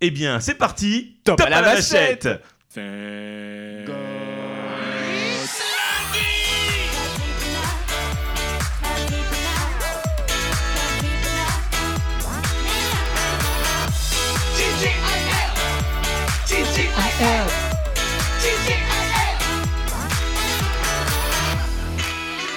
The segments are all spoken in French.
Eh bien, c'est parti. Top à la vachette.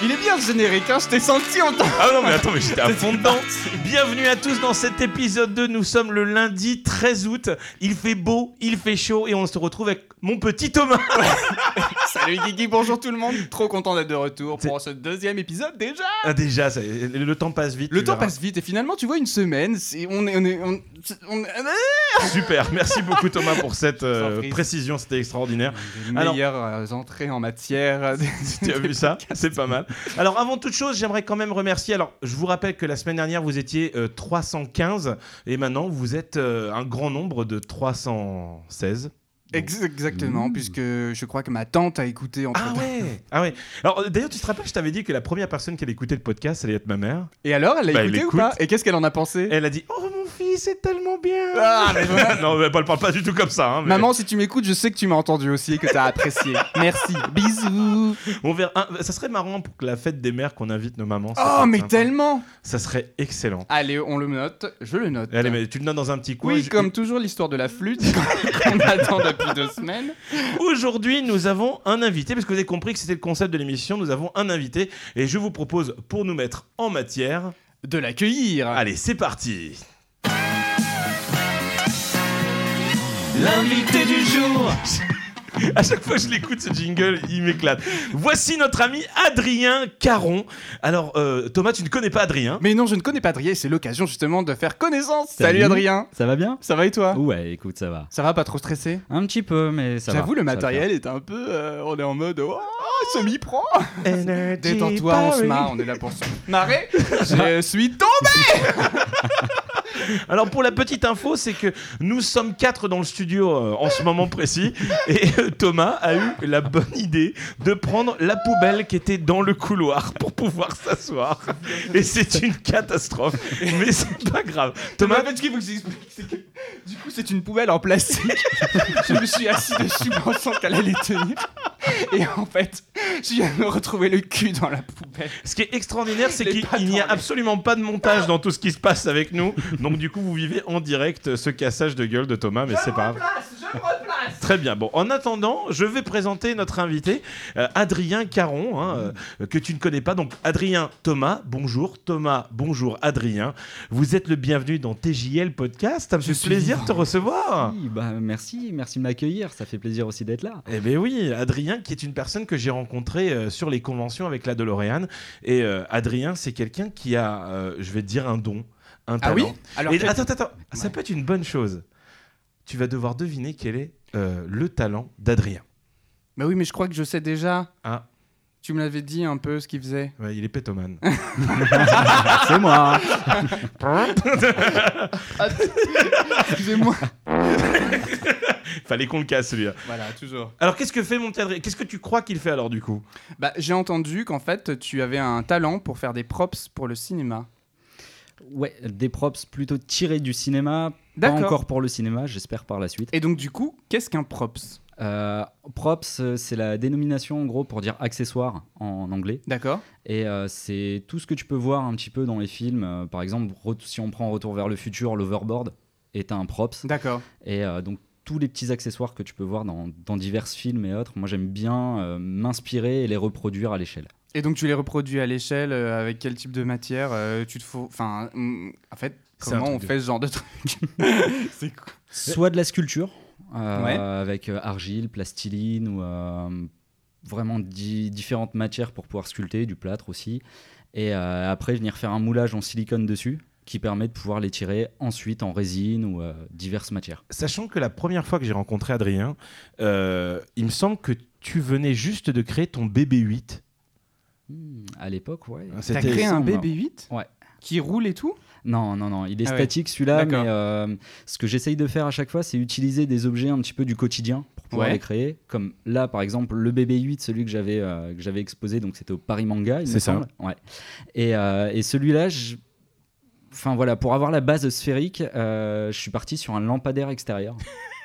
Il est bien ce générique, hein, je t'ai senti en temps. Ah non, mais attends, mais j'étais à fond dedans. Parti. Bienvenue à tous dans cet épisode 2. Nous sommes le lundi 13 août. Il fait beau, il fait chaud et on se retrouve avec mon petit Thomas. Salut Guigui, bonjour tout le monde. Trop content d'être de retour pour ce deuxième épisode déjà. Ah, déjà, ça- le temps passe vite. Le tu temps verras. passe vite et finalement, tu vois, une semaine, c'est- on est. On est, on- c'est- on est- euh, Super. Merci beaucoup, Thomas, pour cette euh, Surprise. précision. C'était extraordinaire. Les Alors- meilleures euh, entrées en matière. euh, Tu as vu ça C'est pas mal. Alors, avant toute chose, j'aimerais quand même remercier. Alors, je vous rappelle que la semaine dernière, vous étiez euh, 315 et maintenant, vous êtes euh, un grand nombre de 316. Ex- exactement, Ouh. puisque je crois que ma tante a écouté entre Ah ouais Ah ouais Alors, d'ailleurs, tu te rappelles, je t'avais dit que la première personne qui allait écouter le podcast, ça allait être ma mère. Et alors, elle l'a Bah, elle écouté ou écoute. pas Et qu'est-ce qu'elle en a pensé Elle a dit Oh mon fils, c'est tellement bien Ah, mais voilà. Non, mais elle parle pas du tout comme ça. hein, mais- Maman, si tu m'écoutes, je sais que tu m'as entendu aussi et que t'as apprécié. Merci. Bisous. On verra. Ah, ça serait marrant pour que la fête des mères qu'on invite nos mamans. ça Oh, serait mais sympa. tellement Ça serait excellent. Allez, on le note. Je le note. Allez, mais tu le notes dans un petit coin. Oui, Je- comme toujours, l'histoire de la flûte qu'on attend depuis deux semaines. Aujourd'hui, nous avons un invité, parce que vous avez compris que c'était le concept de l'émission. Nous avons un invité, et je vous propose, pour nous mettre en matière, De l'accueillir. allez, c'est parti. L'invité du jour. À chaque fois que je l'écoute ce jingle, il m'éclate. Voici notre ami Adrien Caron. Alors euh, Thomas, tu ne connais pas Adrien Mais non, je ne connais pas Adrien, c'est l'occasion justement de faire connaissance. Salut, Salut. Adrien. Ça va bien Ça va et toi Ouais, écoute, ça va. Ça va, pas trop stressé Un petit peu, mais ça va. J'avoue, le ça va matériel est un peu. euh, on est en mode. Oh, semi-prend Détends-toi, on se marre, on est là pour se marrer. Je suis tombé Alors pour la petite info, c'est que nous sommes quatre dans le studio euh, en ce moment précis et euh, Thomas a eu la bonne idée de prendre la poubelle qui était dans le couloir pour pouvoir s'asseoir. Et c'est une catastrophe, mais c'est pas grave. Thomas, En fait, ce qu'il faut que j'explique, c'est que du coup, c'est une poubelle en plastique. je me suis assis dessus pensant qu'elle allait tenir. Et en fait, je viens de me retrouver le cul dans la poubelle. ce qui est extraordinaire, c'est Les qu'il pattes il n'y a en l'air. absolument pas de montage dans tout ce qui se passe avec nous. Donc du coup, vous vivez en direct ce cassage de gueule de Thomas, mais c'est pas grave. je me replace. Très bien. Bon, en attendant, je vais présenter notre invité, euh, Adrien Caron, hein, euh, que tu ne connais pas. Donc, Adrien Thomas, bonjour. Thomas, bonjour. Adrien, vous êtes le bienvenu dans TJL Podcast. Ça me Je fait suis plaisir de te vivant. recevoir. Oui, bah, merci, merci de m'accueillir. Ça fait plaisir aussi d'être là. Eh bien oui, Adrien qui est une personne que j'ai rencontrée euh, sur les conventions avec la DeLorean. Et euh, Adrien, c'est quelqu'un qui a, euh, je vais te dire, un don, un Ah talent. oui Alors, Et que- attends, attends, ça Ouais. peut être une bonne chose. Tu vas devoir deviner quel est euh, le talent d'Adrien. Mais oui, mais je crois que je sais déjà. Ah. Tu me l'avais dit un peu ce qu'il faisait. Ouais, il est pétomane. C'est moi Excusez-moi. Fallait qu'on le casse hein. celui-là. voilà, toujours. Alors qu'est-ce que fait mon cadre Qu'est-ce que tu crois qu'il fait alors du coup Bah, j'ai entendu qu'en fait, tu avais un talent pour faire des props pour le cinéma. Ouais, des props plutôt tirés du cinéma. Pas D'accord. encore pour le cinéma, j'espère par la suite. Et donc, du coup, qu'est-ce qu'un props Euh, props, euh, c'est la dénomination en gros pour dire accessoire en anglais. D'accord. Et euh, c'est tout ce que tu peux voir un petit peu dans les films. Euh, par exemple, re- si on prend Retour vers le futur, l'overboard est un props. D'accord. Et euh, donc tous les petits accessoires que tu peux voir dans, dans divers films et autres, moi j'aime bien euh, m'inspirer et les reproduire à l'échelle. Et donc tu les reproduis à l'échelle euh, avec quel type de matière euh, tu te faut enfin mm, en fait C'est un comment truc on de- fait ce genre de truc C'est cool. Soit de la sculpture, euh, Ouais. avec euh, argile, plastiline ou euh, vraiment di- différentes matières pour pouvoir sculpter, du plâtre aussi. Et euh, après venir faire un moulage en silicone dessus qui permet de pouvoir les tirer ensuite en résine ou euh, diverses matières. Sachant que la première fois que j'ai rencontré Adrien, euh, il me semble que tu venais juste de créer ton BB8. Hmm, à l'époque, ouais. T'as créé un Sombre. BB8 Ouais. qui roule et tout Non, non, non, il est Ah ouais. statique celui-là, mais D'accord. euh, ce que j'essaye de faire à chaque fois, c'est utiliser des objets un petit peu du quotidien pour pouvoir Ouais. les créer. Comme là, par exemple, le BB-8, celui que j'avais euh, que j'avais exposé, donc c'était au Paris Manga, il me C'est ça. semble. Ouais. Et, euh, et celui-là, je- Enfin voilà, pour avoir la base sphérique, euh, je suis parti sur un lampadaire extérieur.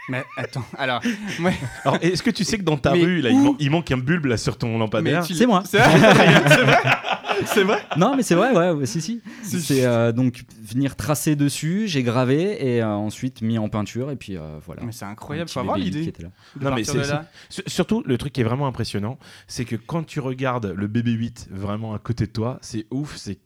Mais attends, alors, ouais, Alors, est-ce que tu sais que dans ta Mais rue, là, il, où man- il manque un bulbe là sur ton lampadaire mais tu- C'est moi. C'est vrai, c'est vrai, c'est vrai non, mais c'est vrai, ouais, ouais, si, si. Si. C'est euh, donc venir tracer dessus, j'ai gravé et euh, ensuite mis en peinture et puis euh, voilà. Mais c'est incroyable, Un petit faut avoir baby qui l'idée. était là. de Non, mais partir de c'est- là. Sur- Surtout, le truc qui est vraiment impressionnant, c'est que quand tu regardes le BB-8 vraiment à côté de toi, c'est ouf, c'est. c'est-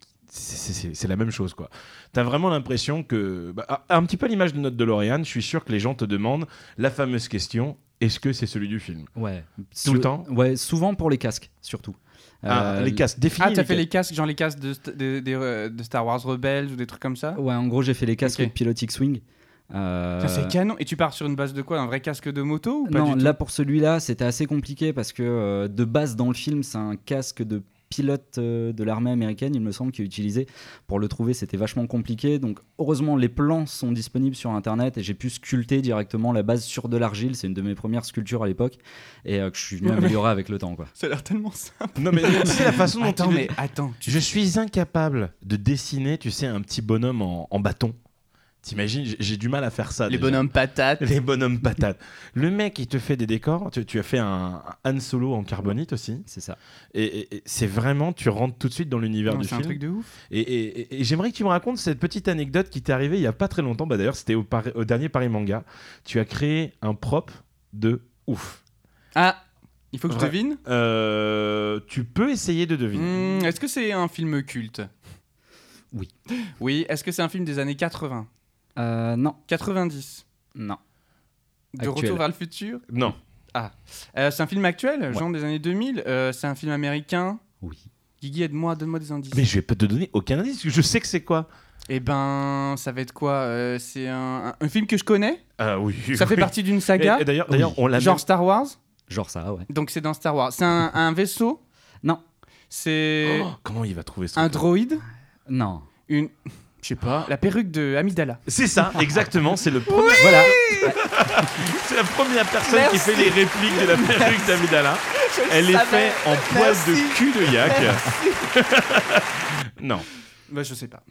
C'est c'est la même chose, quoi. T'as vraiment l'impression que. bah, à- un petit peu à l'image de notre DeLorean, je suis sûr que les gens te demandent la fameuse question est-ce que c'est celui du film Ouais. Tout le temps Ouais, souvent pour les casques, surtout. Ah, Euh, Les casques, définis. Ah, t'as les fait casques. les casques, genre les casques de, st- de, des, euh, de Star Wars Rebels ou des trucs comme ça Ouais, en gros, j'ai fait les casques Ok. de Pilot X-Wing. Euh, Putain, C'est canon. Et tu pars sur une base de quoi Un vrai casque de moto ou pas non, du là pour celui-là, c'était assez compliqué parce que euh, de base dans le film, c'est un casque de pilote euh, de l'armée américaine, il me semble, qui est utilisé. Pour le trouver, c'était vachement compliqué. Donc heureusement, les plans sont disponibles sur Internet et j'ai pu sculpter directement la base sur de l'argile. C'est une de mes premières sculptures à l'époque et euh, que je suis venu Ouais, mais- améliorer avec le temps. Quoi. Ça a l'air tellement simple. Non, mais c'est la façon dont Attends, il- mais attends. tu- Je suis incapable de dessiner, tu sais, un petit bonhomme en, en bâton. T'imagines, j'ai- j'ai du mal à faire ça. déjà. patates. Les bonhommes patates. Le mec, il te fait des décors. Tu, tu as fait un, un Han Solo en carbonite aussi. C'est ça. Et, et- et c'est vraiment, tu rentres tout de suite dans l'univers Non, du C'est un film. truc de ouf. Et, et- et- et j'aimerais que tu me racontes cette petite anecdote qui t'est arrivée il y a pas très longtemps. Bah, D'ailleurs, c'était au, Pari- au dernier Paris Manga. Tu as créé un prop de ouf. Ah, il faut que je Vrai. devine Euh, tu peux essayer de deviner. Hmm, Est-ce que c'est un film culte Oui. Oui, est-ce que c'est un film des années 80 Euh, non, 90 non. De Actuel. Retour vers le futur Non. Euh, C'est un film actuel, Ouais. genre des années 2000 Euh, C'est un film américain Oui. Guigui, aide-moi, donne-moi des indices. Mais je vais pas te donner aucun indice. parce que Je sais que c'est quoi. Eh ben, ça va être quoi Euh, C'est un, un- un film que je connais Ah oui. Ça fait oui. partie d'une Et- saga et D'ailleurs, d'ailleurs, on l'a Genre même- Star Wars Genre ça, ouais. Donc c'est dans Star Wars. C'est un, un vaisseau Non. C'est Oh, comment il va trouver ça un droïde Non. Une... Je sais pas, la perruque de Amidala. C'est ça, exactement. C'est le premier. Voilà. C'est la première personne qui Merci. fait les répliques de la perruque d'Amidala. Elle est faite en poil Merci. de cul de yak. non. Bah, je sais pas.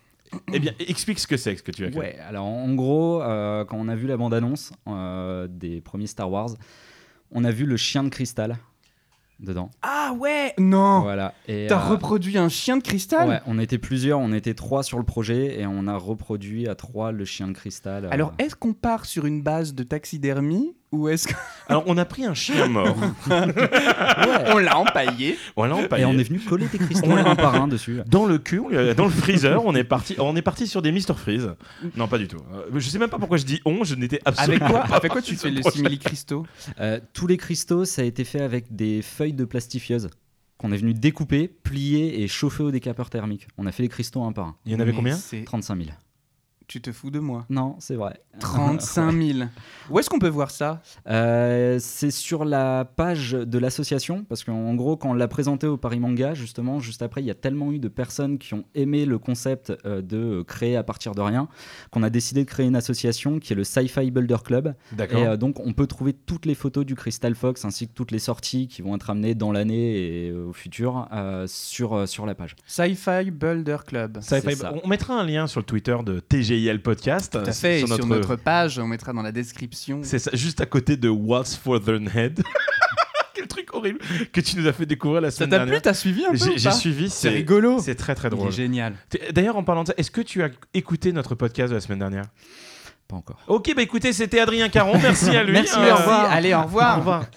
Eh bien, explique ce que c'est, ce que tu as créé. Ouais, alors en gros, euh, quand on a vu la bande-annonce euh, des premiers Star Wars, on a vu le chien de cristal dedans. Ah ouais Non Voilà. Et, T'as euh, reproduit un chien de cristal ouais, on était plusieurs, on était trois sur le projet et on a reproduit à trois le chien de cristal. euh, Alors, est-ce qu'on part sur une base de taxidermie ou est-ce Alors, on a pris un chien mort. ouais. qu'on l'a empaillé on l'a empaillé. et on est venu coller des cristaux un par un dessus. Dans le cul, on lui a- dans le freezer, on est parti. On est parti sur des Mister Freeze. Non, pas du tout. Euh, Je sais même pas pourquoi je dis on. Je n'étais absolument Avec quoi pas Avec quoi parti tu sur fais le les projet. simili cristaux Euh, tous les cristaux, ça a été fait avec des feuilles de plastifieuse qu'on est venu découper, plier et chauffer au décapeur thermique. On a fait les cristaux un par un. Il y en avait Mais combien c'est- 35 000. Tu te fous de moi. Non, c'est vrai. 35 000. Où est-ce qu'on peut voir ça Euh, c'est sur la page de l'association, parce qu'en gros, quand on l'a présenté au Paris Manga, justement, juste après, il y a tellement eu de personnes qui ont aimé le concept euh, de créer à partir de rien, qu'on a décidé de créer une association qui est le Sci-Fi Builder Club. Et D'accord. euh, donc, on peut trouver toutes les photos du Crystal Fox, ainsi que toutes les sorties qui vont être amenées dans l'année et euh, au futur euh, sur, euh, sur la page. Sci-Fi Builder Club. Ça, c'est fait- ça. On mettra un lien sur le Twitter de TGIL Podcast. Tout à fait, et Sur sur, notre... page, on mettra dans la description. C'est ça, juste à côté de What's for the Head. Quel truc horrible que tu nous as fait découvrir la Ça semaine t'a plu dernière. T'as suivi un peu J'ai ou j'ai pas suivi, C'est c'est rigolo. C'est très très Il est drôle. génial. T'es- D'ailleurs, en parlant de ça, est-ce que tu as écouté notre podcast de la semaine dernière Pas encore. Ok, bah écoutez, c'était Adrien Caron. Merci à lui. Merci, Euh, au revoir. Allez, au Au revoir. revoir.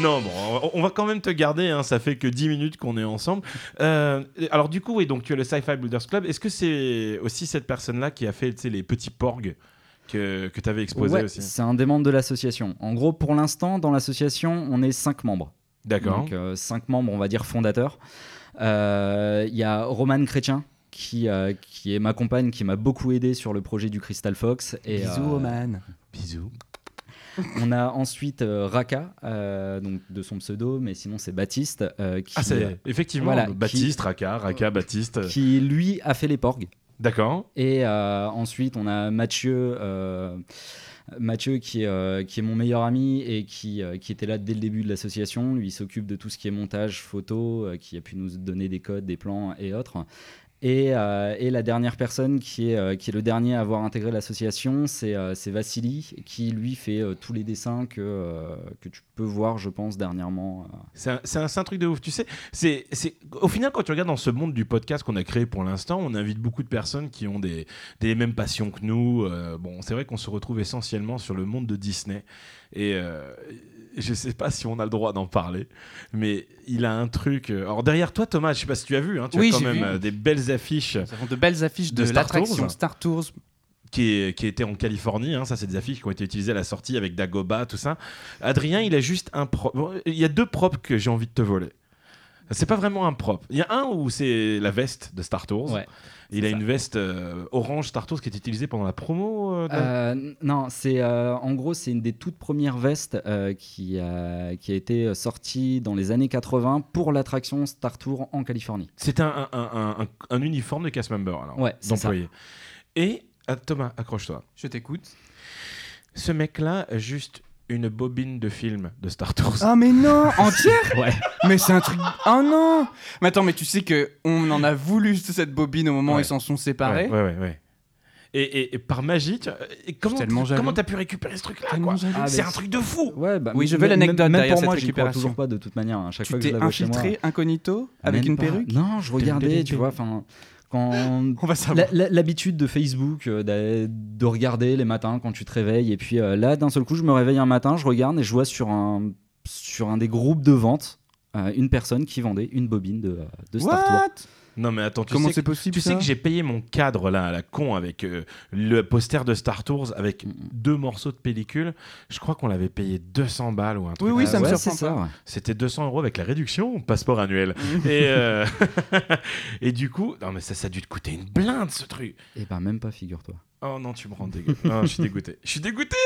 Non, bon, on va- on va quand même te garder, hein, ça fait que 10 minutes qu'on est ensemble. Euh, alors du coup, oui, donc tu as le Sci-Fi Builders Club. Est-ce que c'est aussi cette personne-là qui a fait tu sais, les petits porgs que, que tu avais exposés Ouais, aussi c'est un des membres de l'association. En gros, pour l'instant, dans l'association, on est 5 membres. D'accord. Donc, euh, cinq membres, on va dire, fondateurs. Euh, Il y a Romane Chrétien, qui, euh, qui est ma compagne, qui m'a beaucoup aidé sur le projet du Crystal Fox. Et, Bisous, euh, man. Bisous. on a ensuite euh, Raka, euh, donc de son pseudo, mais sinon c'est Baptiste, euh, qui, Ah, c'est effectivement voilà, Euh, Baptiste, Raka, Raka, Baptiste. qui, lui a fait les porgs. D'accord. Et euh, ensuite, on a Mathieu, euh, Mathieu, qui est, euh, qui est mon meilleur ami et qui, euh, qui était là dès le début de l'association, lui, il s'occupe de tout ce qui est montage, photo, euh, qui a pu nous donner des codes, des plans et autres. Et, euh, et la dernière personne qui est, euh, qui est le dernier à avoir intégré l'association, c'est euh, c'est Vassili, qui lui fait euh, tous les dessins que, euh, que tu peux voir, je pense, dernièrement. euh, C'est un, c'est un- c'est un truc de ouf, tu sais. C'est, c'est- au final, quand tu regardes dans ce monde du podcast qu'on a créé pour l'instant, on invite beaucoup de personnes qui ont des, des mêmes passions que nous. Euh, bon, c'est vrai qu'on se retrouve essentiellement sur le monde de Disney. Et euh, je sais pas si on a le droit d'en parler, mais il a un truc. euh, Alors derrière toi, Thomas, je sais pas si tu as vu, hein, tu Oui, as quand j'ai même vu. euh, des belles affiches Nous avons de belles affiches De de, Star l'attraction Tours. Star Tours. qui, qui étaient en Californie. hein. Ça, c'est des affiches qui ont été utilisées à la sortie avec Dagoba, tout ça. Adrien, il a juste un propre. Bon, il y a deux propres que j'ai envie de te voler. C'est pas vraiment un propre. Il y a un où c'est la veste de Star Tours. Ouais, il c'est a ça. une veste euh, orange Star Tours qui est utilisée pendant la promo. euh, de- Euh, n- non, c'est euh, en gros c'est une des toutes premières vestes euh, qui, a, qui a été euh, sortie dans les années 80 pour l'attraction Star Tour en Californie. C'est un, un- un- un- un uniforme de cast member, alors. Ouais, c'est d'employé. Et ah, Thomas, accroche-toi. Je t'écoute. Ce mec-là a juste une bobine de film de Star Tours. Ah mais non, entière Ouais. Mais c'est un truc. Oh non Mais attends, mais tu sais que on en a voulu cette bobine au moment où Ouais. ils s'en sont séparés. ouais, ouais, ouais, ouais. Et, et- et par magie, tu- et comment tellement tu- jaloux. comment t'as pu récupérer ce truc-là Tellement quoi jaloux. Ah, C'est mais un c'est- truc de fou. Ouais, bah, Oui, je m- veux même- l'anecdote Même derrière pour moi, cette j'y crois récupération. toujours pas de toute manière. À chaque Tu fois que je t'es la vois chez moi, infiltré incognito avec même une pas. perruque Non, je regardais, tu vois, enfin quand On va Ah savoir. La- la- L'habitude de Facebook, euh, d'a- de regarder les matins quand tu te réveilles. Et puis euh, là, d'un seul coup, je me réveille un matin, je regarde et je vois sur un, sur un des groupes de vente euh, une personne qui vendait une bobine de, euh, de Star Tour. What Non mais attends, tu Comment sais c'est que, possible tu sais ça que j'ai payé mon cadre là à la con avec euh, le poster de Star Tours avec Mm. deux morceaux de pellicule. Je crois qu'on l'avait payé 200 balles ou un truc. Oui, oui, comme ça me Euh, ouais, ça. surprend c'est ça, ouais. C'était 200 euros avec la réduction, passeport annuel. et, euh, et du coup, non mais ça, ça a dû te coûter une blinde ce truc. Et ben même pas, figure-toi. Oh non, tu me rends dégueu. Non, je suis dégoûté. Je suis dégoûté.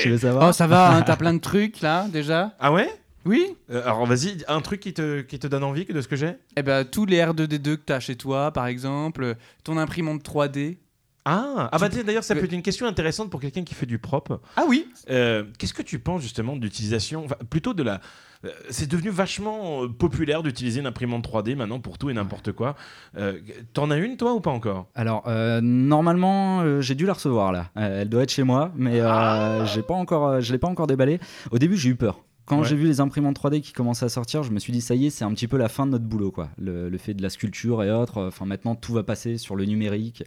Tu veux Oh savoir ça va, hein, t'as plein de trucs là déjà Ah ouais Oui Euh, Alors vas-y, un truc qui te, qui te donne envie que de ce que j'ai Eh ben tous les R2D2 que t'as chez toi par exemple, ton imprimante 3D. Ah, ah bah tiens, d'ailleurs, ça Mais- peut être une question intéressante pour quelqu'un qui fait du propre. Ah oui Euh, Qu'est-ce que tu penses justement de l'utilisation, enfin, plutôt de la... euh, C'est devenu vachement euh, populaire d'utiliser une imprimante 3D maintenant pour tout et n'importe quoi. Euh, T'en as une toi ou pas encore Alors, euh, normalement, euh, j'ai dû la recevoir là. Euh, elle doit être chez moi, mais euh, j'ai pas encore, euh, je l'ai pas encore déballée. Au début, j'ai eu peur. Quand Ouais. j'ai vu les imprimantes 3D qui commençaient à sortir, je me suis dit ça y est, c'est un petit peu la fin de notre boulot, quoi. Le, le fait de la sculpture et autres. euh, Enfin, maintenant, tout va passer sur le numérique,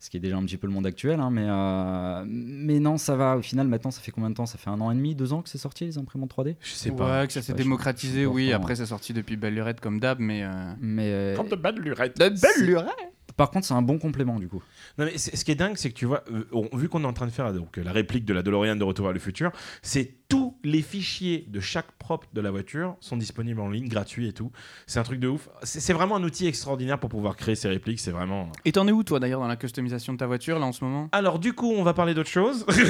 ce qui est déjà un petit peu le monde actuel. hein, mais euh, mais non, ça va. Au final, maintenant, ça fait combien de temps Ça fait un an et demi, deux ans que c'est sorti les imprimantes 3D. Je sais pas. Ouais, que ça Je sais s'est pas, je- je démocratisé, sais pas oui. trop, Après, c'est sorti depuis Belle Lurette comme d'hab, mais. euh, Mais euh, La C'est- Lurette par contre, c'est un bon complément du coup. Non, mais c'est- ce qui est dingue, c'est que tu vois, euh, on- vu qu'on est en train de faire donc, la réplique de la DeLorean de Retour vers le futur, c'est tous les fichiers de chaque propre de la voiture sont disponibles en ligne, gratuits et tout. C'est un truc de ouf. C'est c'est vraiment un outil extraordinaire pour pouvoir créer ces répliques. C'est vraiment. hein. Et t'en es où toi d'ailleurs dans la customisation de ta voiture là en ce moment Alors, du coup, on va parler d'autre chose. Très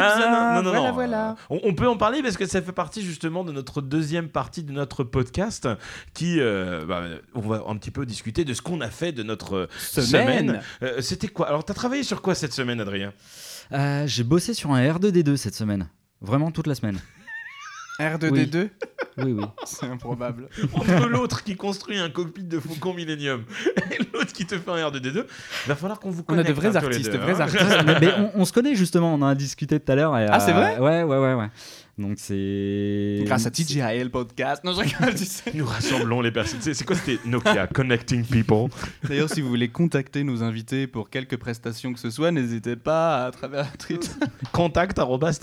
Ah, non, non, non, non. On, on peut en parler parce que ça fait partie justement de notre deuxième partie de notre podcast qui, euh, bah, on va un petit peu discuter de ce qu'on a fait de notre euh, semaine. Semaine. Euh, C'était quoi Alors, t'as travaillé sur quoi cette semaine, Adrien Euh, j'ai bossé sur un R2D2 cette semaine. Vraiment toute la semaine. R2D2 Oui, oui. C'est improbable. Entre l'autre qui construit un cockpit de Faucon Millenium et l'autre qui te fait un R2D2, va falloir qu'on vous On a connecte. de vrais hein, tous les artistes, deux, de vrais hein. artistes. Mais- mais on, on se connaît justement, on en a discuté tout à l'heure. et, Ah, c'est euh, vrai Ouais, ouais, ouais, ouais. Donc c'est. Grâce à TJL Podcast. Non, je rigole, tu sais. Nous rassemblons les personnes. C'est c'est quoi C'était Nokia Connecting People. D'ailleurs, si vous voulez contacter nos invités pour quelques prestations que ce soit, n'hésitez pas à travers un tweet.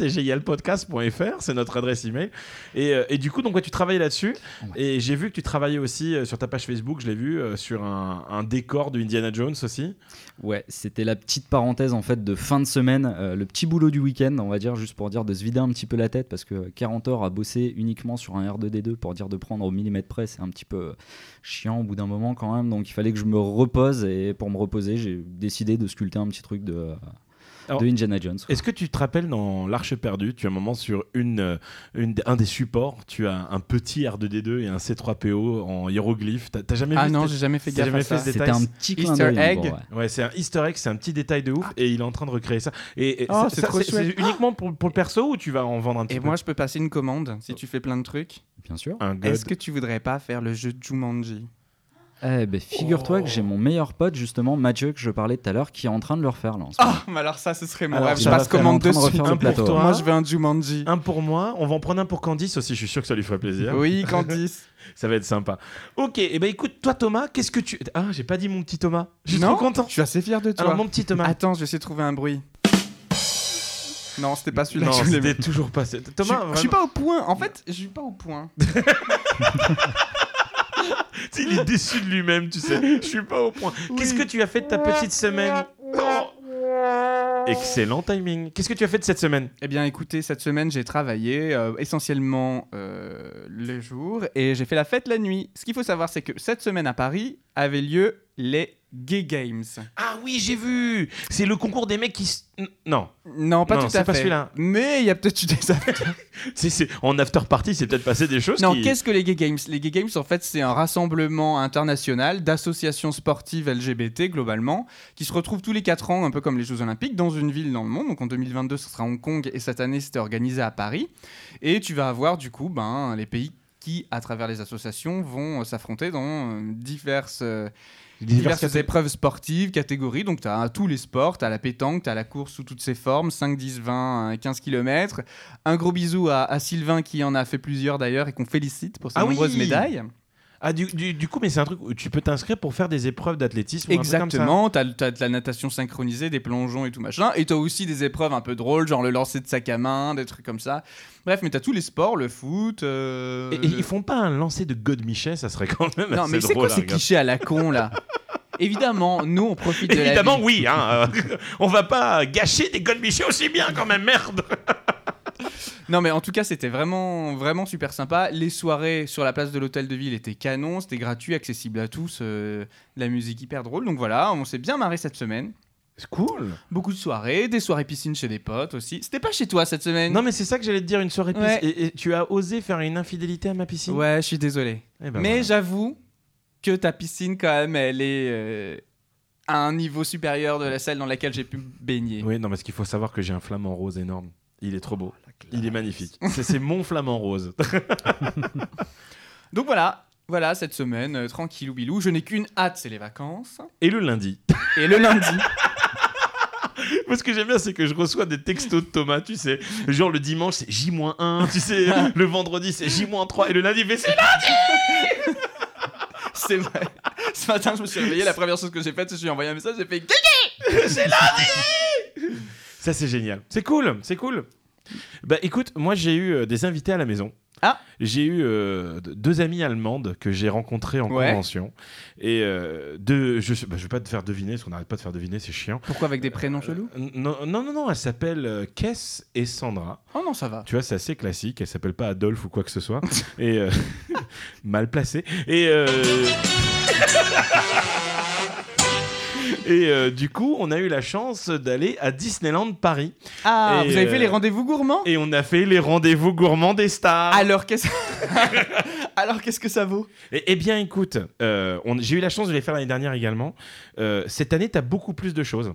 contact.tgilpodcast.fr, c'est notre adresse email. Et, euh, et du coup, donc, ouais, tu travailles là-dessus. Ouais. Et j'ai vu que tu travaillais aussi euh, sur ta page Facebook, je l'ai vu, euh, sur un, un décor de Indiana Jones aussi. Ouais, c'était la petite parenthèse en fait de fin de semaine, euh, le petit boulot du week-end, on va dire, juste pour dire de se vider un petit peu la tête parce que 40 heures à bosser uniquement sur un R2D2 pour dire de prendre au millimètre près, c'est un petit peu euh, chiant au bout d'un moment quand même. Donc il fallait que je me repose et pour me reposer, j'ai décidé de sculpter un petit truc de. euh, Alors, de Indiana Jones. Est-ce que tu te rappelles dans L'Arche perdue, tu as un moment sur une, euh, une des- un des supports, tu as un petit R2D2 et un C3PO en hiéroglyphe. T'as t'as jamais Ah vu non, ce- j'ai jamais fait T'as gaffe jamais à fait ça. ce C'était détail un petit clin Easter d'œil. en egg. gros, ouais. Ouais, c'est un Easter egg, c'est un petit détail de ouf et il est en train de recréer ça. Et, et Ah. Oh, ça- c'est ça, trop chouette. uniquement pour, pour le perso ou tu vas en vendre un petit Et peu moi, je peux passer une commande si tu fais plein de trucs. Bien sûr. un god. Est-ce que tu voudrais pas faire le jeu Jumanji Eh ben, figure-toi que j'ai mon meilleur pote, justement, Mathieu, que je parlais tout à l'heure, qui est en train de le refaire là. en ce moment. Ah, mais alors ça, ce serait mon Alors, rêve. Je ça passe va faire commande en train de Ah, de suite. hein, refaire un le plateau. pour toi. Moi, je veux un Jumanji. Un pour moi, on va en prendre un pour Candice aussi, je suis sûr que ça lui ferait plaisir. Oui, Candice. Ça va être sympa. Ok, et ben écoute, toi Thomas, qu'est-ce que tu. Ah, j'ai pas dit mon petit Thomas. Je suis Non, trop content. Je suis assez fier de toi. Alors mon petit Thomas. Attends, je vais essayer de trouver un bruit. Non, c'était pas celui-là. non, que je voulais c'était toujours pas. ce- Je suis- Thomas, je suis vraiment, pas au point. En fait, je suis pas au point. il est déçu de lui-même, tu sais. Je suis pas au point. Qu'est-ce que tu as fait de ta petite semaine Oh. Excellent timing. Qu'est-ce que tu as fait de cette semaine Eh bien, écoutez, cette semaine, j'ai travaillé euh, essentiellement euh, le jour et j'ai fait la fête la nuit. Ce qu'il faut savoir, c'est que cette semaine à Paris avaient lieu les Gay Games. Ah oui, j'ai vu C'est le concours des mecs qui. s- N- Non. Non, pas Non, tout c'est à pas fait. celui-là. Mais il y a peut-être eu des C'est- c'est- En after party, c'est peut-être passé des choses. Non, qui- qu'est-ce que les Gay Games Les Gay Games, en fait, c'est un rassemblement international d'associations sportives LGBT, globalement, qui se retrouvent tous les 4 ans, un peu comme les Jeux Olympiques, dans une ville dans le monde. Donc en 2022, ce sera Hong Kong, et cette année, c'était organisé à Paris. Et tu vas avoir, du coup, ben, les pays qui, à travers les associations, vont euh, s'affronter dans euh, diverses, euh, diverses épreuves sportives, catégories. Donc tu as euh, tous les sports, tu as la pétanque, tu as la course sous toutes ses formes, 5, 10, 20, euh, 15 km. Un gros bisou à, à Sylvain qui en a fait plusieurs d'ailleurs et qu'on félicite pour ses Ah oui nombreuses médailles. Ah, du, du- du coup, mais c'est un truc où tu peux t'inscrire pour faire des épreuves d'athlétisme. ou un truc comme ça. Exactement, t'as as de la natation synchronisée, des plongeons et tout machin. Et t'as aussi des épreuves un peu drôles, genre le lancer de sac à main, des trucs comme ça. Bref, mais t'as tous les sports, le foot. euh, Et, et le- ils font pas un lancer de God Michet, ça serait quand même Non, assez mais c'est drôle. hein, quoi à ces regarder. clichés à la con là Évidemment, nous on profite de la Évidemment, vie. oui. Hein, euh, on va pas gâcher des God Michet aussi bien quand même, merde. Non, mais en tout cas, c'était vraiment, vraiment super sympa. Les soirées sur la place de l'hôtel de ville étaient canon, c'était gratuit, accessible à tous, euh, de la musique hyper drôle. Donc voilà, on s'est bien marré cette semaine. C'est cool. Beaucoup de soirées, des soirées piscine chez des potes aussi. C'était pas chez toi cette semaine Non, mais c'est ça que j'allais te dire une soirée piscine. Ouais. Et, et tu as osé faire une infidélité à ma piscine. Ouais, je suis désolé. Eh ben mais voilà. j'avoue que ta piscine, quand même, elle est euh, à un niveau supérieur de la salle dans laquelle j'ai pu me baigner. Oui, non, parce qu'il faut savoir que j'ai un flamant rose énorme. Il est trop beau. Il est magnifique. C'est c'est mon flamant rose. Donc voilà, voilà cette semaine, euh, tranquille ou bilou. Je n'ai qu'une hâte, c'est les vacances. Et le lundi. Et le lundi. Moi, ce que j'aime bien, c'est que je reçois des textos de Thomas, tu sais. Genre le dimanche, c'est J-1, tu sais. le vendredi, c'est J-3. Et le lundi, il fait, c'est là C'est vrai. Ce matin, je me suis réveillé. La première chose que j'ai faite, c'est que je lui ai envoyé un message. J'ai fait Gué Ça, c'est génial. C'est cool, c'est cool. Bah écoute, moi, j'ai eu euh, des invités à la maison. Ah. J'ai eu euh, d- deux amies allemandes que j'ai rencontrées en Ouais. convention. Et euh, deux, je, sais- bah, je vais pas te faire deviner, parce qu'on n'arrête pas de faire deviner, c'est chiant. Pourquoi avec des prénoms chelous Euh, Non, non, non, non, elle s'appelle euh, Kess et Sandra. Oh non, ça va. Tu vois, c'est assez classique. Elle s'appelle pas Adolphe ou quoi que ce soit. Et euh, mal placé. Et euh, et euh, du coup, on a eu la chance d'aller à Disneyland Paris Ah, Et vous avez euh, fait les rendez-vous gourmands et on a fait les rendez-vous gourmands des stars. Alors qu'est-ce Alors qu'est-ce que ça vaut Eh eh bien, écoute, euh, on- j'ai eu la chance de les faire l'année dernière également. Euh, cette année, tu as beaucoup plus de choses.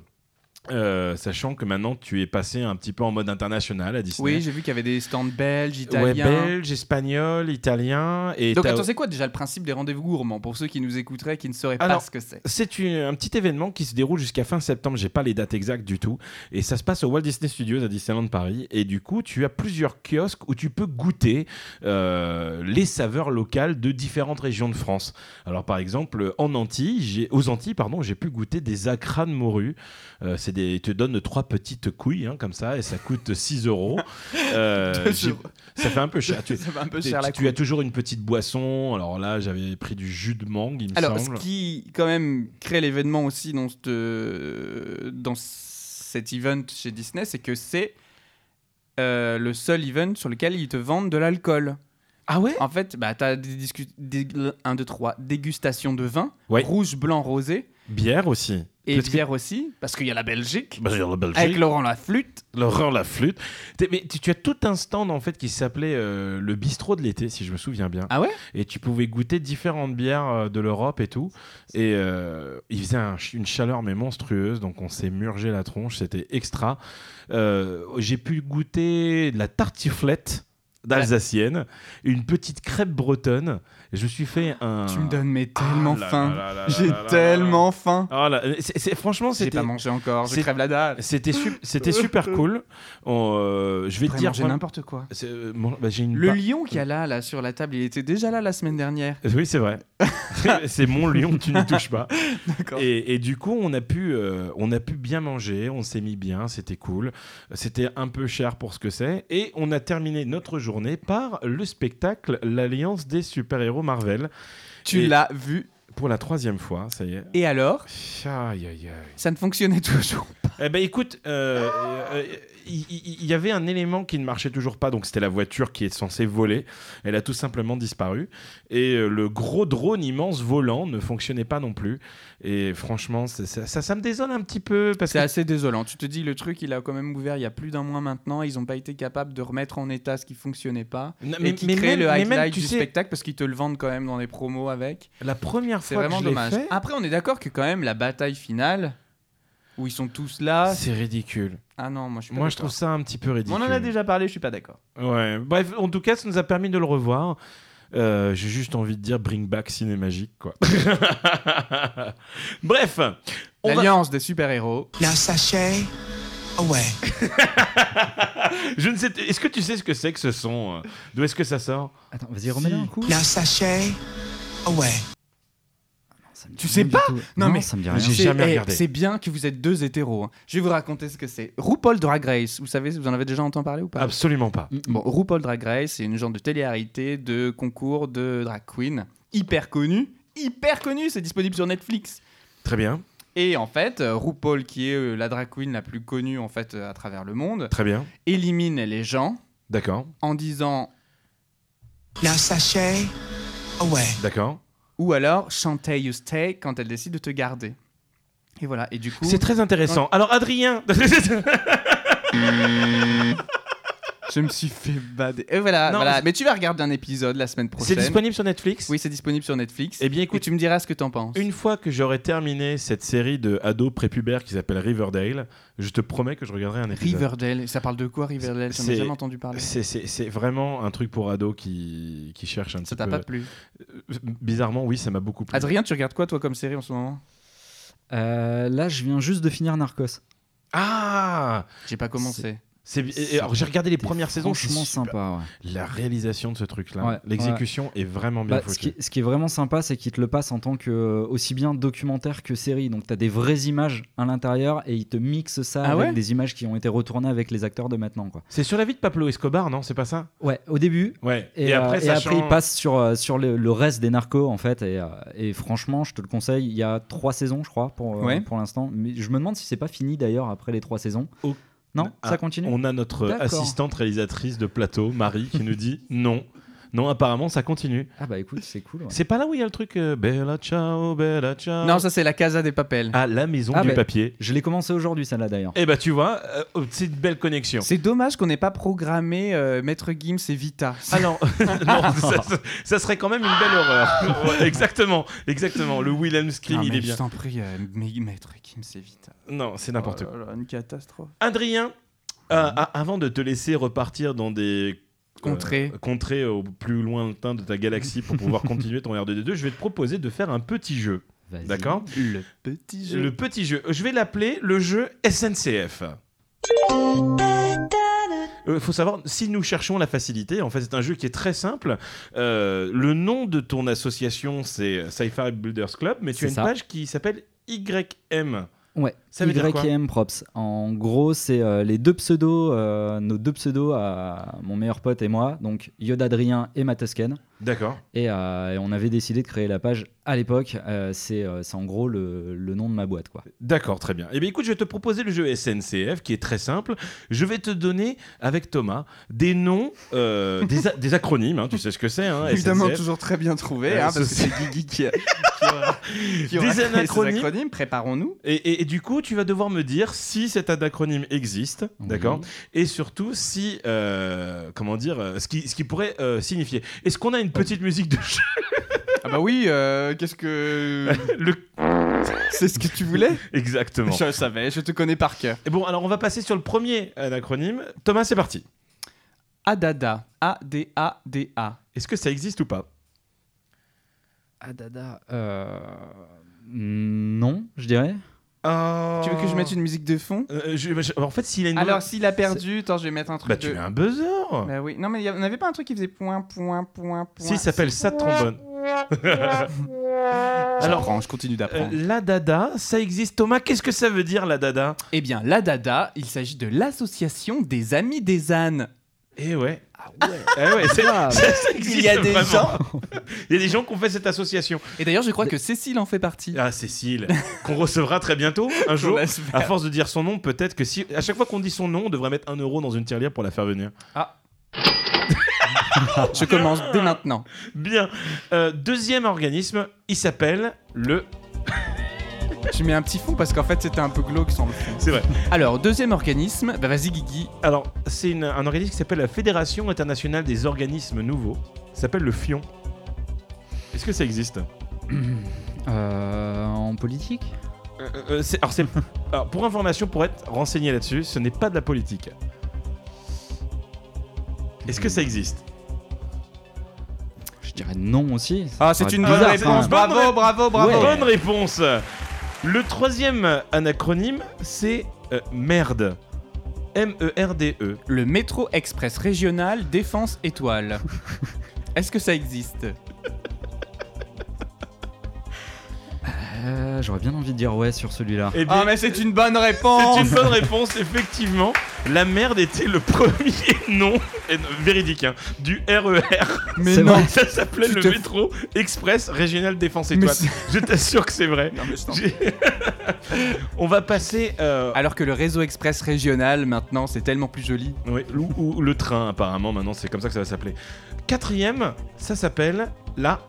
Euh, sachant que maintenant tu es passé un petit peu en mode international à Disney. Oui, j'ai vu qu'il y avait des stands belges, Ouais, italiens. belge, espagnol, italien. Et Donc t'as- attends, c'est quoi déjà le principe des rendez-vous gourmands pour ceux qui nous écouteraient qui ne sauraient Alors- pas ce que c'est c'est une- un petit événement qui se déroule jusqu'à fin septembre. J'ai pas les dates exactes du tout. Et ça se passe au Walt Disney Studios à Disneyland Paris. Et du coup, tu as plusieurs kiosques où tu peux goûter euh, les saveurs locales de différentes régions de France. Alors, par exemple, en Antilles, j'ai- aux Antilles, pardon, j'ai pu goûter des acras de morue. Euh, c'est des, ils te donnent trois petites couilles hein, comme ça et ça coûte 6 euros. Euh, Deux j'ai- euros. ça fait un peu cher. tu, Ça va un peu t'es- cher la tu as toujours une petite boisson. Alors là, j'avais pris du jus de mangue, il me Alors, semble. ce qui, quand même, crée l'événement aussi dans, cette, euh, dans cet event chez Disney, c'est que c'est euh, le seul event sur lequel ils te vendent de l'alcool. Ah ouais En fait, bah, tu as des 1, 2, 3 dégustations de vin, Ouais. rouge, blanc, rosé. Bière aussi. Et Parce que- bière aussi, parce qu'il y a la Belgique, Bah, la Belgique. avec Laurent la flûte. L'horreur, la flûte. T'es- Mais tu, tu as tout un stand en fait qui s'appelait euh, le bistrot de l'été, si je me souviens bien. Ah ouais Et tu pouvais goûter différentes bières euh, de l'Europe et tout. Et euh, il faisait un ch- une chaleur mais monstrueuse, donc on s'est murgé la tronche, c'était extra. Euh, J'ai pu goûter de la tartiflette d'alsacienne, une petite crêpe bretonne. Je me suis fait un. Tu me donnes mais tellement Ah là faim. là là là J'ai là là là. tellement faim. Ah là, c'est- c'est- franchement, J'ai c'était pas mangé encore, je c'est- crève la dalle. c'était sup- c'était super cool. On, euh, je vais te J'ai dire, mangé vraiment- n'importe quoi. C'est, euh, mon- bah, j'ai une Le pa- lion qu'il y a là, là, sur la table, il était déjà là la semaine dernière. Euh, Oui, c'est vrai. c'est mon lion, tu n'y touches pas. D'accord. Et, et du coup, on a pu, euh, on a pu bien manger, on s'est mis bien, c'était cool. C'était un peu cher pour ce que c'est. Et on a terminé notre journée par le spectacle L'Alliance des super-héros Marvel. Tu et- l'as vu. Pour la troisième fois, ça y est. Et alors Aïe, aïe, aïe. Ça ne fonctionnait toujours. Eh ben écoute, euh, euh, il il- il y, avait un élément qui ne marchait toujours pas, donc c'était la voiture qui est censée voler. Elle a tout simplement disparu. Et euh, le gros drone immense volant ne fonctionnait pas non plus. Et franchement, c'est- ça, ça, ça me désole un petit peu. parce C'est que assez désolant. Tu te dis, le truc, il a quand même ouvert il y a plus d'un mois maintenant. Ils n'ont pas été capables de remettre en état ce qui fonctionnait pas. Non, Mais, qui crée le mais highlight même, tu du sais, spectacle parce qu'ils te le vendent quand même dans les promos avec. La première C'est fois que vraiment je l'ai dommage. fait, Après, on est d'accord que quand même la bataille finale, où ils sont tous là. c'est ridicule. Ah non, moi je suis pas Moi, je d'accord. trouve ça un petit peu Mais ridicule. On en a déjà parlé, je suis pas d'accord. Ouais. Bref, en tout cas, ça nous a permis de le revoir. Euh, J'ai juste envie de dire bring back cinémagique, quoi. Bref, on va- L'alliance des super-héros. Ah, Now sashay away. je ne sais. Est-ce que tu sais ce que c'est que ce son euh, D'où est-ce que ça sort Attends, vas-y, remets-le Si. un coup. Now sashay away. Ça me dit Tu rien sais du pas tout. Non, mais- ça me dit Mais rien. j'ai- C'est- jamais eh, regardé. C'est bien que vous êtes deux hétéros. hein. Je vais vous raconter ce que c'est. RuPaul Drag Race, vous savez, vous en avez déjà entendu parler ou pas Absolument pas. Mm-mm. Mm, Bon, RuPaul Drag Race, c'est une genre de télé-réalité de concours de drag queen, hyper connu, hyper connu, c'est disponible sur Netflix. Très bien, Et en fait, euh, RuPaul, qui est euh, la drag queen la plus connue en fait euh, à travers le monde, très bien. élimine les gens D'accord, en disant Now sashay away. d'accord. ou alors chantez you stay quand elle décide de te garder. Et voilà, et du coup, C'est très intéressant. Alors, Adrien, je me suis fait bader. Et Euh, voilà, Non, voilà. c'est- mais tu vas regarder un épisode la semaine c'est prochaine. disponible sur Netflix. Oui, c'est disponible sur Netflix. Eh bien, Et écoute, tu me diras ce que t'en penses. une fois que j'aurai terminé cette série de ados prépubères qui s'appelle Riverdale, je te promets que je regarderai un épisode. Riverdale, ça parle de quoi Riverdale J'en ai C'est- jamais entendu parler. C'est- C'est c'est vraiment un truc pour ados qui, qui cherche un Ça petit t'a peu. pas plu Euh, Bizarrement, oui, ça m'a beaucoup plu. Adrien, tu regardes quoi toi comme série en ce moment Euh, là, je viens juste de finir Narcos. Ah J'ai pas commencé. C'est- et- et Alors, j'ai regardé les premières saisons. c'est Franchement super. sympa. ouais. La réalisation de ce truc-là, Ouais, l'exécution est vraiment bien Bah, ce, foutue. qui, ce qui est vraiment sympa, c'est qu'il te le passe en tant que euh, aussi bien documentaire que série. Donc, tu as des vraies images à l'intérieur et il te mixe ça Ah avec ouais des images qui ont été retournées avec les acteurs de maintenant. Quoi. C'est sur la vie de Pablo Escobar, non C'est pas ça Ouais, au début. Ouais. Et, euh, et après, il passe sur, euh, sur le, le reste des narcos en fait. Et, euh, et franchement, je te le conseille. Il y a trois saisons, je crois, pour, euh, Ouais. pour l'instant. Mais je me demande si c'est pas fini d'ailleurs après les trois saisons. Oh. Non, Ah, ça continue. On a notre D'accord. assistante réalisatrice de plateau, Marie, qui nous dit non. Non, apparemment, ça continue. Ah bah écoute, c'est cool. ouais. C'est pas là où il y a le truc euh, Bella ciao, Bella ciao. Non, ben. ça c'est la Casa des Papels. À la maison Ah, du bah. papier. Je l'ai commencé aujourd'hui, celle-là d'ailleurs. Eh bah, tu vois, euh, c'est une belle connexion. C'est dommage qu'on n'ait pas programmé euh, Maître Gims et Vita. Alors, Ah non, ça, ça- ça serait quand même une belle horreur. Ouais, exactement, exactement. Le Willem Scream, Ah. Non, il mais est bien. Je t'en prie, euh, mais- Maître Gims et Vita. Non, c'est n'importe Oh là là, Une catastrophe. quoi. Adrien, euh, a- avant de te laisser repartir dans des euh, Contrées. contrées au plus lointain de ta galaxie pour pouvoir continuer ton R2D2, je vais te proposer de faire un petit jeu. Vas-y. D'accord Le petit jeu. Le petit jeu. Je vais l'appeler le jeu SNCF. Il Euh, faut savoir, si nous cherchons la facilité, en fait c'est un jeu qui est très simple. Euh, le nom de ton association c'est Sci-Fi Builders Club, mais tu C'est as une ça. page qui s'appelle YM. Ouais. Ça veut dire quoi YM props. En gros, c'est euh, les deux pseudos, euh, nos deux pseudos à mon meilleur pote et moi, donc Yoda Adrien et Matusken. D'accord. Et, euh, et on avait décidé de créer la page à l'époque. Euh, c'est euh, c'est en gros le, le nom de ma boîte. Quoi. D'accord, très bien. Eh bien, écoute, je vais te proposer le jeu SNCF qui est très simple. Je vais te donner, avec Thomas, des noms, euh, des, a- des acronymes, hein, tu sais ce que c'est, hein, Évidemment, SNCF. toujours très bien trouvé, Euh, hein, parce que ceci- c'est Guigui qui, a- qui aura- qui aura Des créé ces anachronymes. Préparons-nous. Et, et- et du coup, tu vas devoir me dire si cet acronyme existe, Oui. d'accord Et surtout, si. euh, comment dire euh, Ce qui, ce qui pourrait euh, signifier. Est-ce qu'on a une petite musique de jeu Ah bah oui, euh, qu'est-ce que... Le- c'est ce que tu voulais Exactement. Je le savais, je te connais par cœur. Et bon, alors on va passer sur le premier acronyme. Thomas, c'est parti. Adada. A-D-A-D-A. Est-ce que ça existe ou pas Ah, dada. euh, Non, je dirais. Tu veux que je mette une musique de fond Euh, je- je- en fait, s'il a une. Alors, s'il a perdu, attends, je vais mettre un truc Bah, de... tu mets un buzzer Bah oui, non mais il y en avait pas un truc qui faisait point, point, point, point. Si, il s'appelle ça de trombone. Alors, je continue Euh, d'apprendre. la dada, ça existe. Thomas, qu'est-ce que ça veut dire la dada Eh bien, la Dada, il s'agit de l'association des amis des ânes. Eh ouais. Eh ouais, c'est- Ah, ça, ça existe Il y a des vraiment. gens. Il y a des gens qui ont fait cette association. Et d'ailleurs, je crois que Cécile en fait partie. Ah, Cécile, qu'on recevra très bientôt, un On jour. la se fait- À force de dire son nom, peut-être que si. À chaque fois qu'on dit son nom, on devrait mettre un euro dans une tirelire pour la faire venir. Je commence dès maintenant. Bien. Euh, deuxième organisme, il s'appelle le. Je mets un petit fond parce qu'en fait, c'était un peu glauque sans le fond. C'est vrai. Alors, deuxième organisme, bah vas-y Guigui. Alors, c'est une- un organisme qui s'appelle la Fédération internationale des organismes nouveaux. Ça s'appelle le FION. Est-ce que ça existe euh, en politique Euh, c'est- alors, c'est- alors, pour information, pour être renseigné là-dessus, ce n'est pas de la politique. Est-ce que ça existe Je dirais non aussi. Ah, c'est Ouais, hein. une bonne bonne bizarre, réponse. réponse. ça. Bravo, Bravo, Bonne bravo, bravo. Ouais. Bonne réponse Le troisième anacronyme, c'est euh, merde. E M-E-R-D-E. Le métro express régional défense étoile. Est-ce que ça existe Euh, J'aurais bien envie de dire ouais sur celui-là. Eh Ah bien, mais c'est une bonne réponse. c'est une bonne réponse, effectivement. La merde était le premier nom, et- véridique, hein, du RER. Mais C'est non. vrai. Ça s'appelait Tu le te fous. métro express régional défense Mais étoile. c'est- Je t'assure que c'est vrai. Non, mais je t'en- J'ai- On va passer euh, Alors que le réseau express régional maintenant, c'est tellement plus joli. oui, ou, ou le train apparemment maintenant c'est comme ça que ça va s'appeler. Quatrième, ça s'appelle la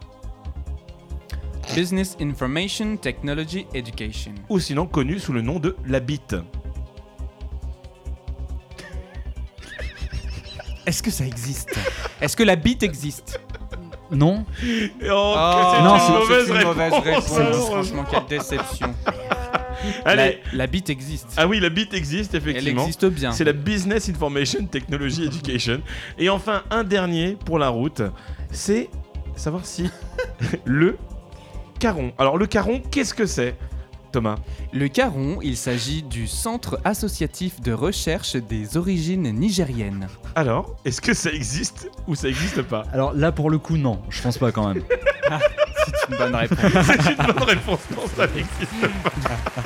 Business Information Technology Education. ou sinon connue sous le nom de la bite. Est-ce que ça existe Est-ce que la bite existe Non Et Oh, que c'est non, une, c'est- mauvaise réponse, Franchement, quelle déception. Allez, La, la bite existe. ah oui, euh, la bite existe hein. Elle effectivement. existe bien. C'est la Business Information Technology Education. Et enfin, un dernier pour la route, c'est savoir si le caron. Alors, le caron, qu'est-ce que c'est, Thomas Le Caron, il s'agit du Centre associatif de recherche des origines nigériennes. Alors, est-ce que ça existe ou ça existe pas Alors là pour le coup non, je pense pas quand même. C'est une bonne réponse. C'est une bonne réponse, non, ça n'existe pas.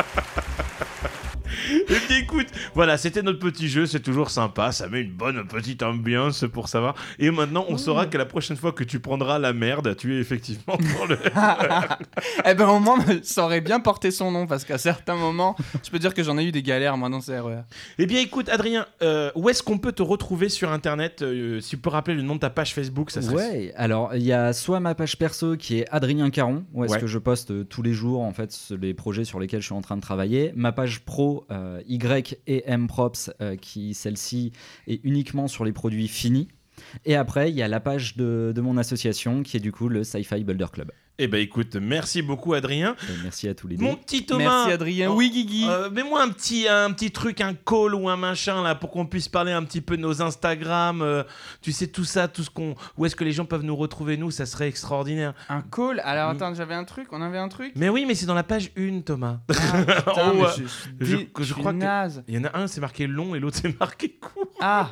Eh bien écoute, voilà, c'était notre petit jeu, c'est toujours sympa, ça met une bonne petite ambiance pour savoir. Et maintenant, on Mmh. saura que la prochaine fois que tu prendras la merde, tu es effectivement dans le... eh ben au moins, ça aurait bien porté son nom parce qu'à certains moments, je peux dire que j'en ai eu des galères moi dans ces RER. Eh bien écoute, Adrien, euh, où est-ce qu'on peut te retrouver sur Internet euh, Si tu peux rappeler le nom de ta page Facebook, ça serait... Ouais, alors il y a soit ma page perso qui est Adrien Caron, où est-ce Ouais. que je poste euh, tous les jours en fait ce- les projets sur lesquels je suis en train de travailler, ma page pro euh, Y et M props euh, qui celle-ci est uniquement sur les produits finis. Et après, il y a la page de, de mon association qui est du coup le Sci-Fi Builder Club. Eh bien écoute, merci beaucoup Adrien. Euh, merci à tous les deux. Mon petit Thomas Merci Adrien. Oh, Oui Guigui. Euh, Mets-moi un petit, un petit truc, un call ou un machin là pour qu'on puisse parler un petit peu de nos Instagram, euh, tu sais tout ça, tout ce qu'on, où est-ce que les gens peuvent nous retrouver nous, ça serait extraordinaire. Un call. Alors Mm. attends, j'avais un truc. On avait un truc. Mais oui, mais c'est dans la page 1 Thomas. Ah, putain, Oh, mais ouais. je, je suis Je- dé- je je suis crois que- naze. Il y en a un c'est marqué long et l'autre c'est marqué court. Ah.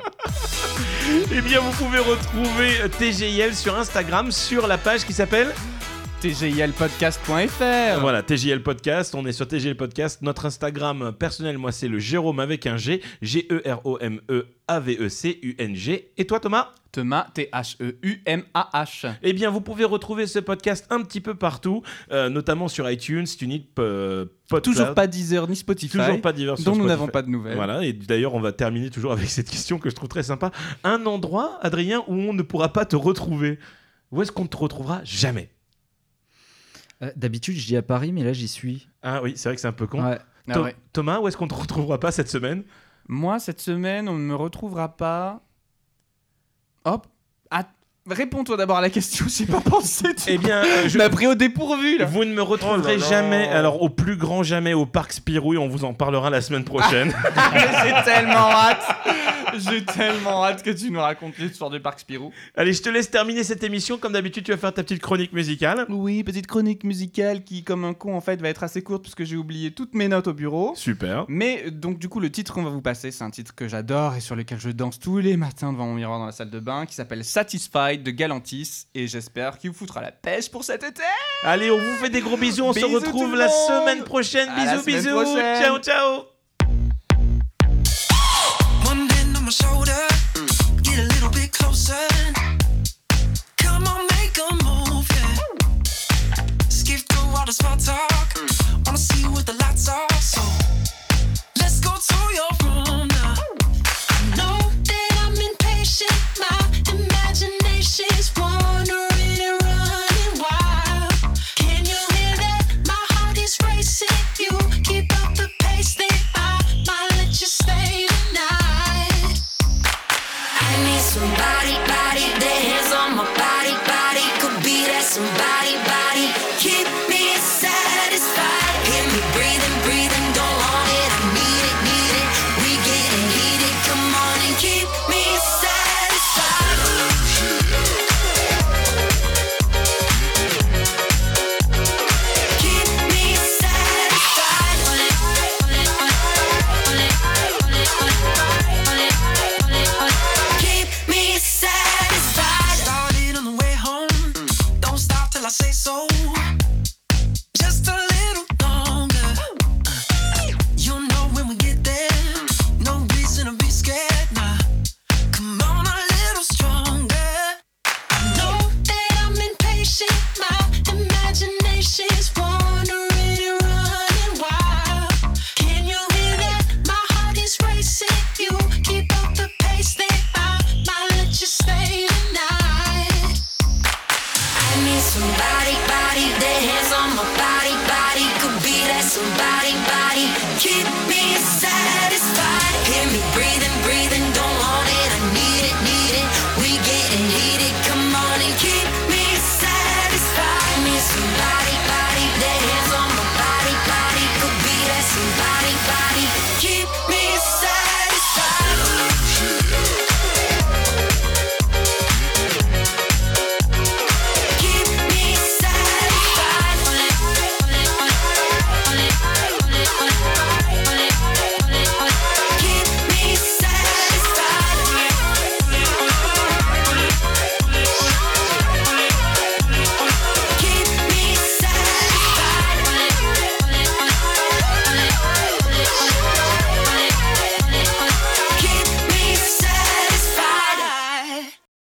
euh, Eh bien vous pouvez retrouver TGIL sur Instagram sur la page qui s'appelle euh, tjlpodcast.fr. Voilà, TJL Podcast, on est sur TJL Podcast. Notre Instagram euh, personnel, moi, c'est le Jérôme avec un G, E G-E-R-O-M-E-A-V-E-C-U-N-G. Et toi, Thomas Thomas, E T-H-E-U-M-A-H. Eh bien, vous pouvez retrouver ce podcast un petit peu partout, euh, notamment sur iTunes, Tunip, euh, PodCloud. Toujours pas Deezer ni Spotify, toujours pas divers sur dont nous Spotify. n'avons pas de nouvelles. Voilà, et d'ailleurs, on va terminer toujours avec cette question que je trouve très sympa. Un endroit, Adrien, où on ne pourra pas te retrouver Où est-ce qu'on ne te retrouvera jamais Euh, D'habitude, je dis à Paris, mais là, j'y suis. Ah oui, c'est vrai que c'est un peu con. Ouais. Ah Tho- ouais. Thomas, où est-ce qu'on ne te retrouvera pas cette semaine Moi, cette semaine, on ne me retrouvera pas. Hop. Ah, Réponds-toi d'abord à la question, j'ai pas pensé. Tu Eh bien, euh, je- m'as pris au dépourvu là. vous ne me retrouverez Oh là là. jamais, alors au plus grand jamais, au parc Spirou, et on vous en parlera la semaine prochaine. Ah, j'ai tellement hâte. J'ai tellement hâte que tu nous racontes l'histoire du parc Spirou. Allez, je te laisse terminer cette émission. Comme d'habitude, tu vas faire ta petite chronique musicale. Oui, petite chronique musicale qui, comme un con, en fait, va être assez courte puisque j'ai oublié toutes mes notes au bureau. Super. Mais euh, donc du coup le titre qu'on va vous passer c'est un titre que j'adore et sur lequel je danse tous les matins devant mon miroir dans la salle de bain qui s'appelle Satisfied de Galantis et j'espère qu'il vous foutra la pêche pour cet été. Allez, on vous fait des gros bisous. On Bisous se tout retrouve le la monde. semaine prochaine. À la Bisous, semaine bisous. prochaine. Ciao, ciao. One hand on my shoulder, get a little bit closer. Come on, make a move, yeah. Skip through all the small talk, wanna see what the lights are. So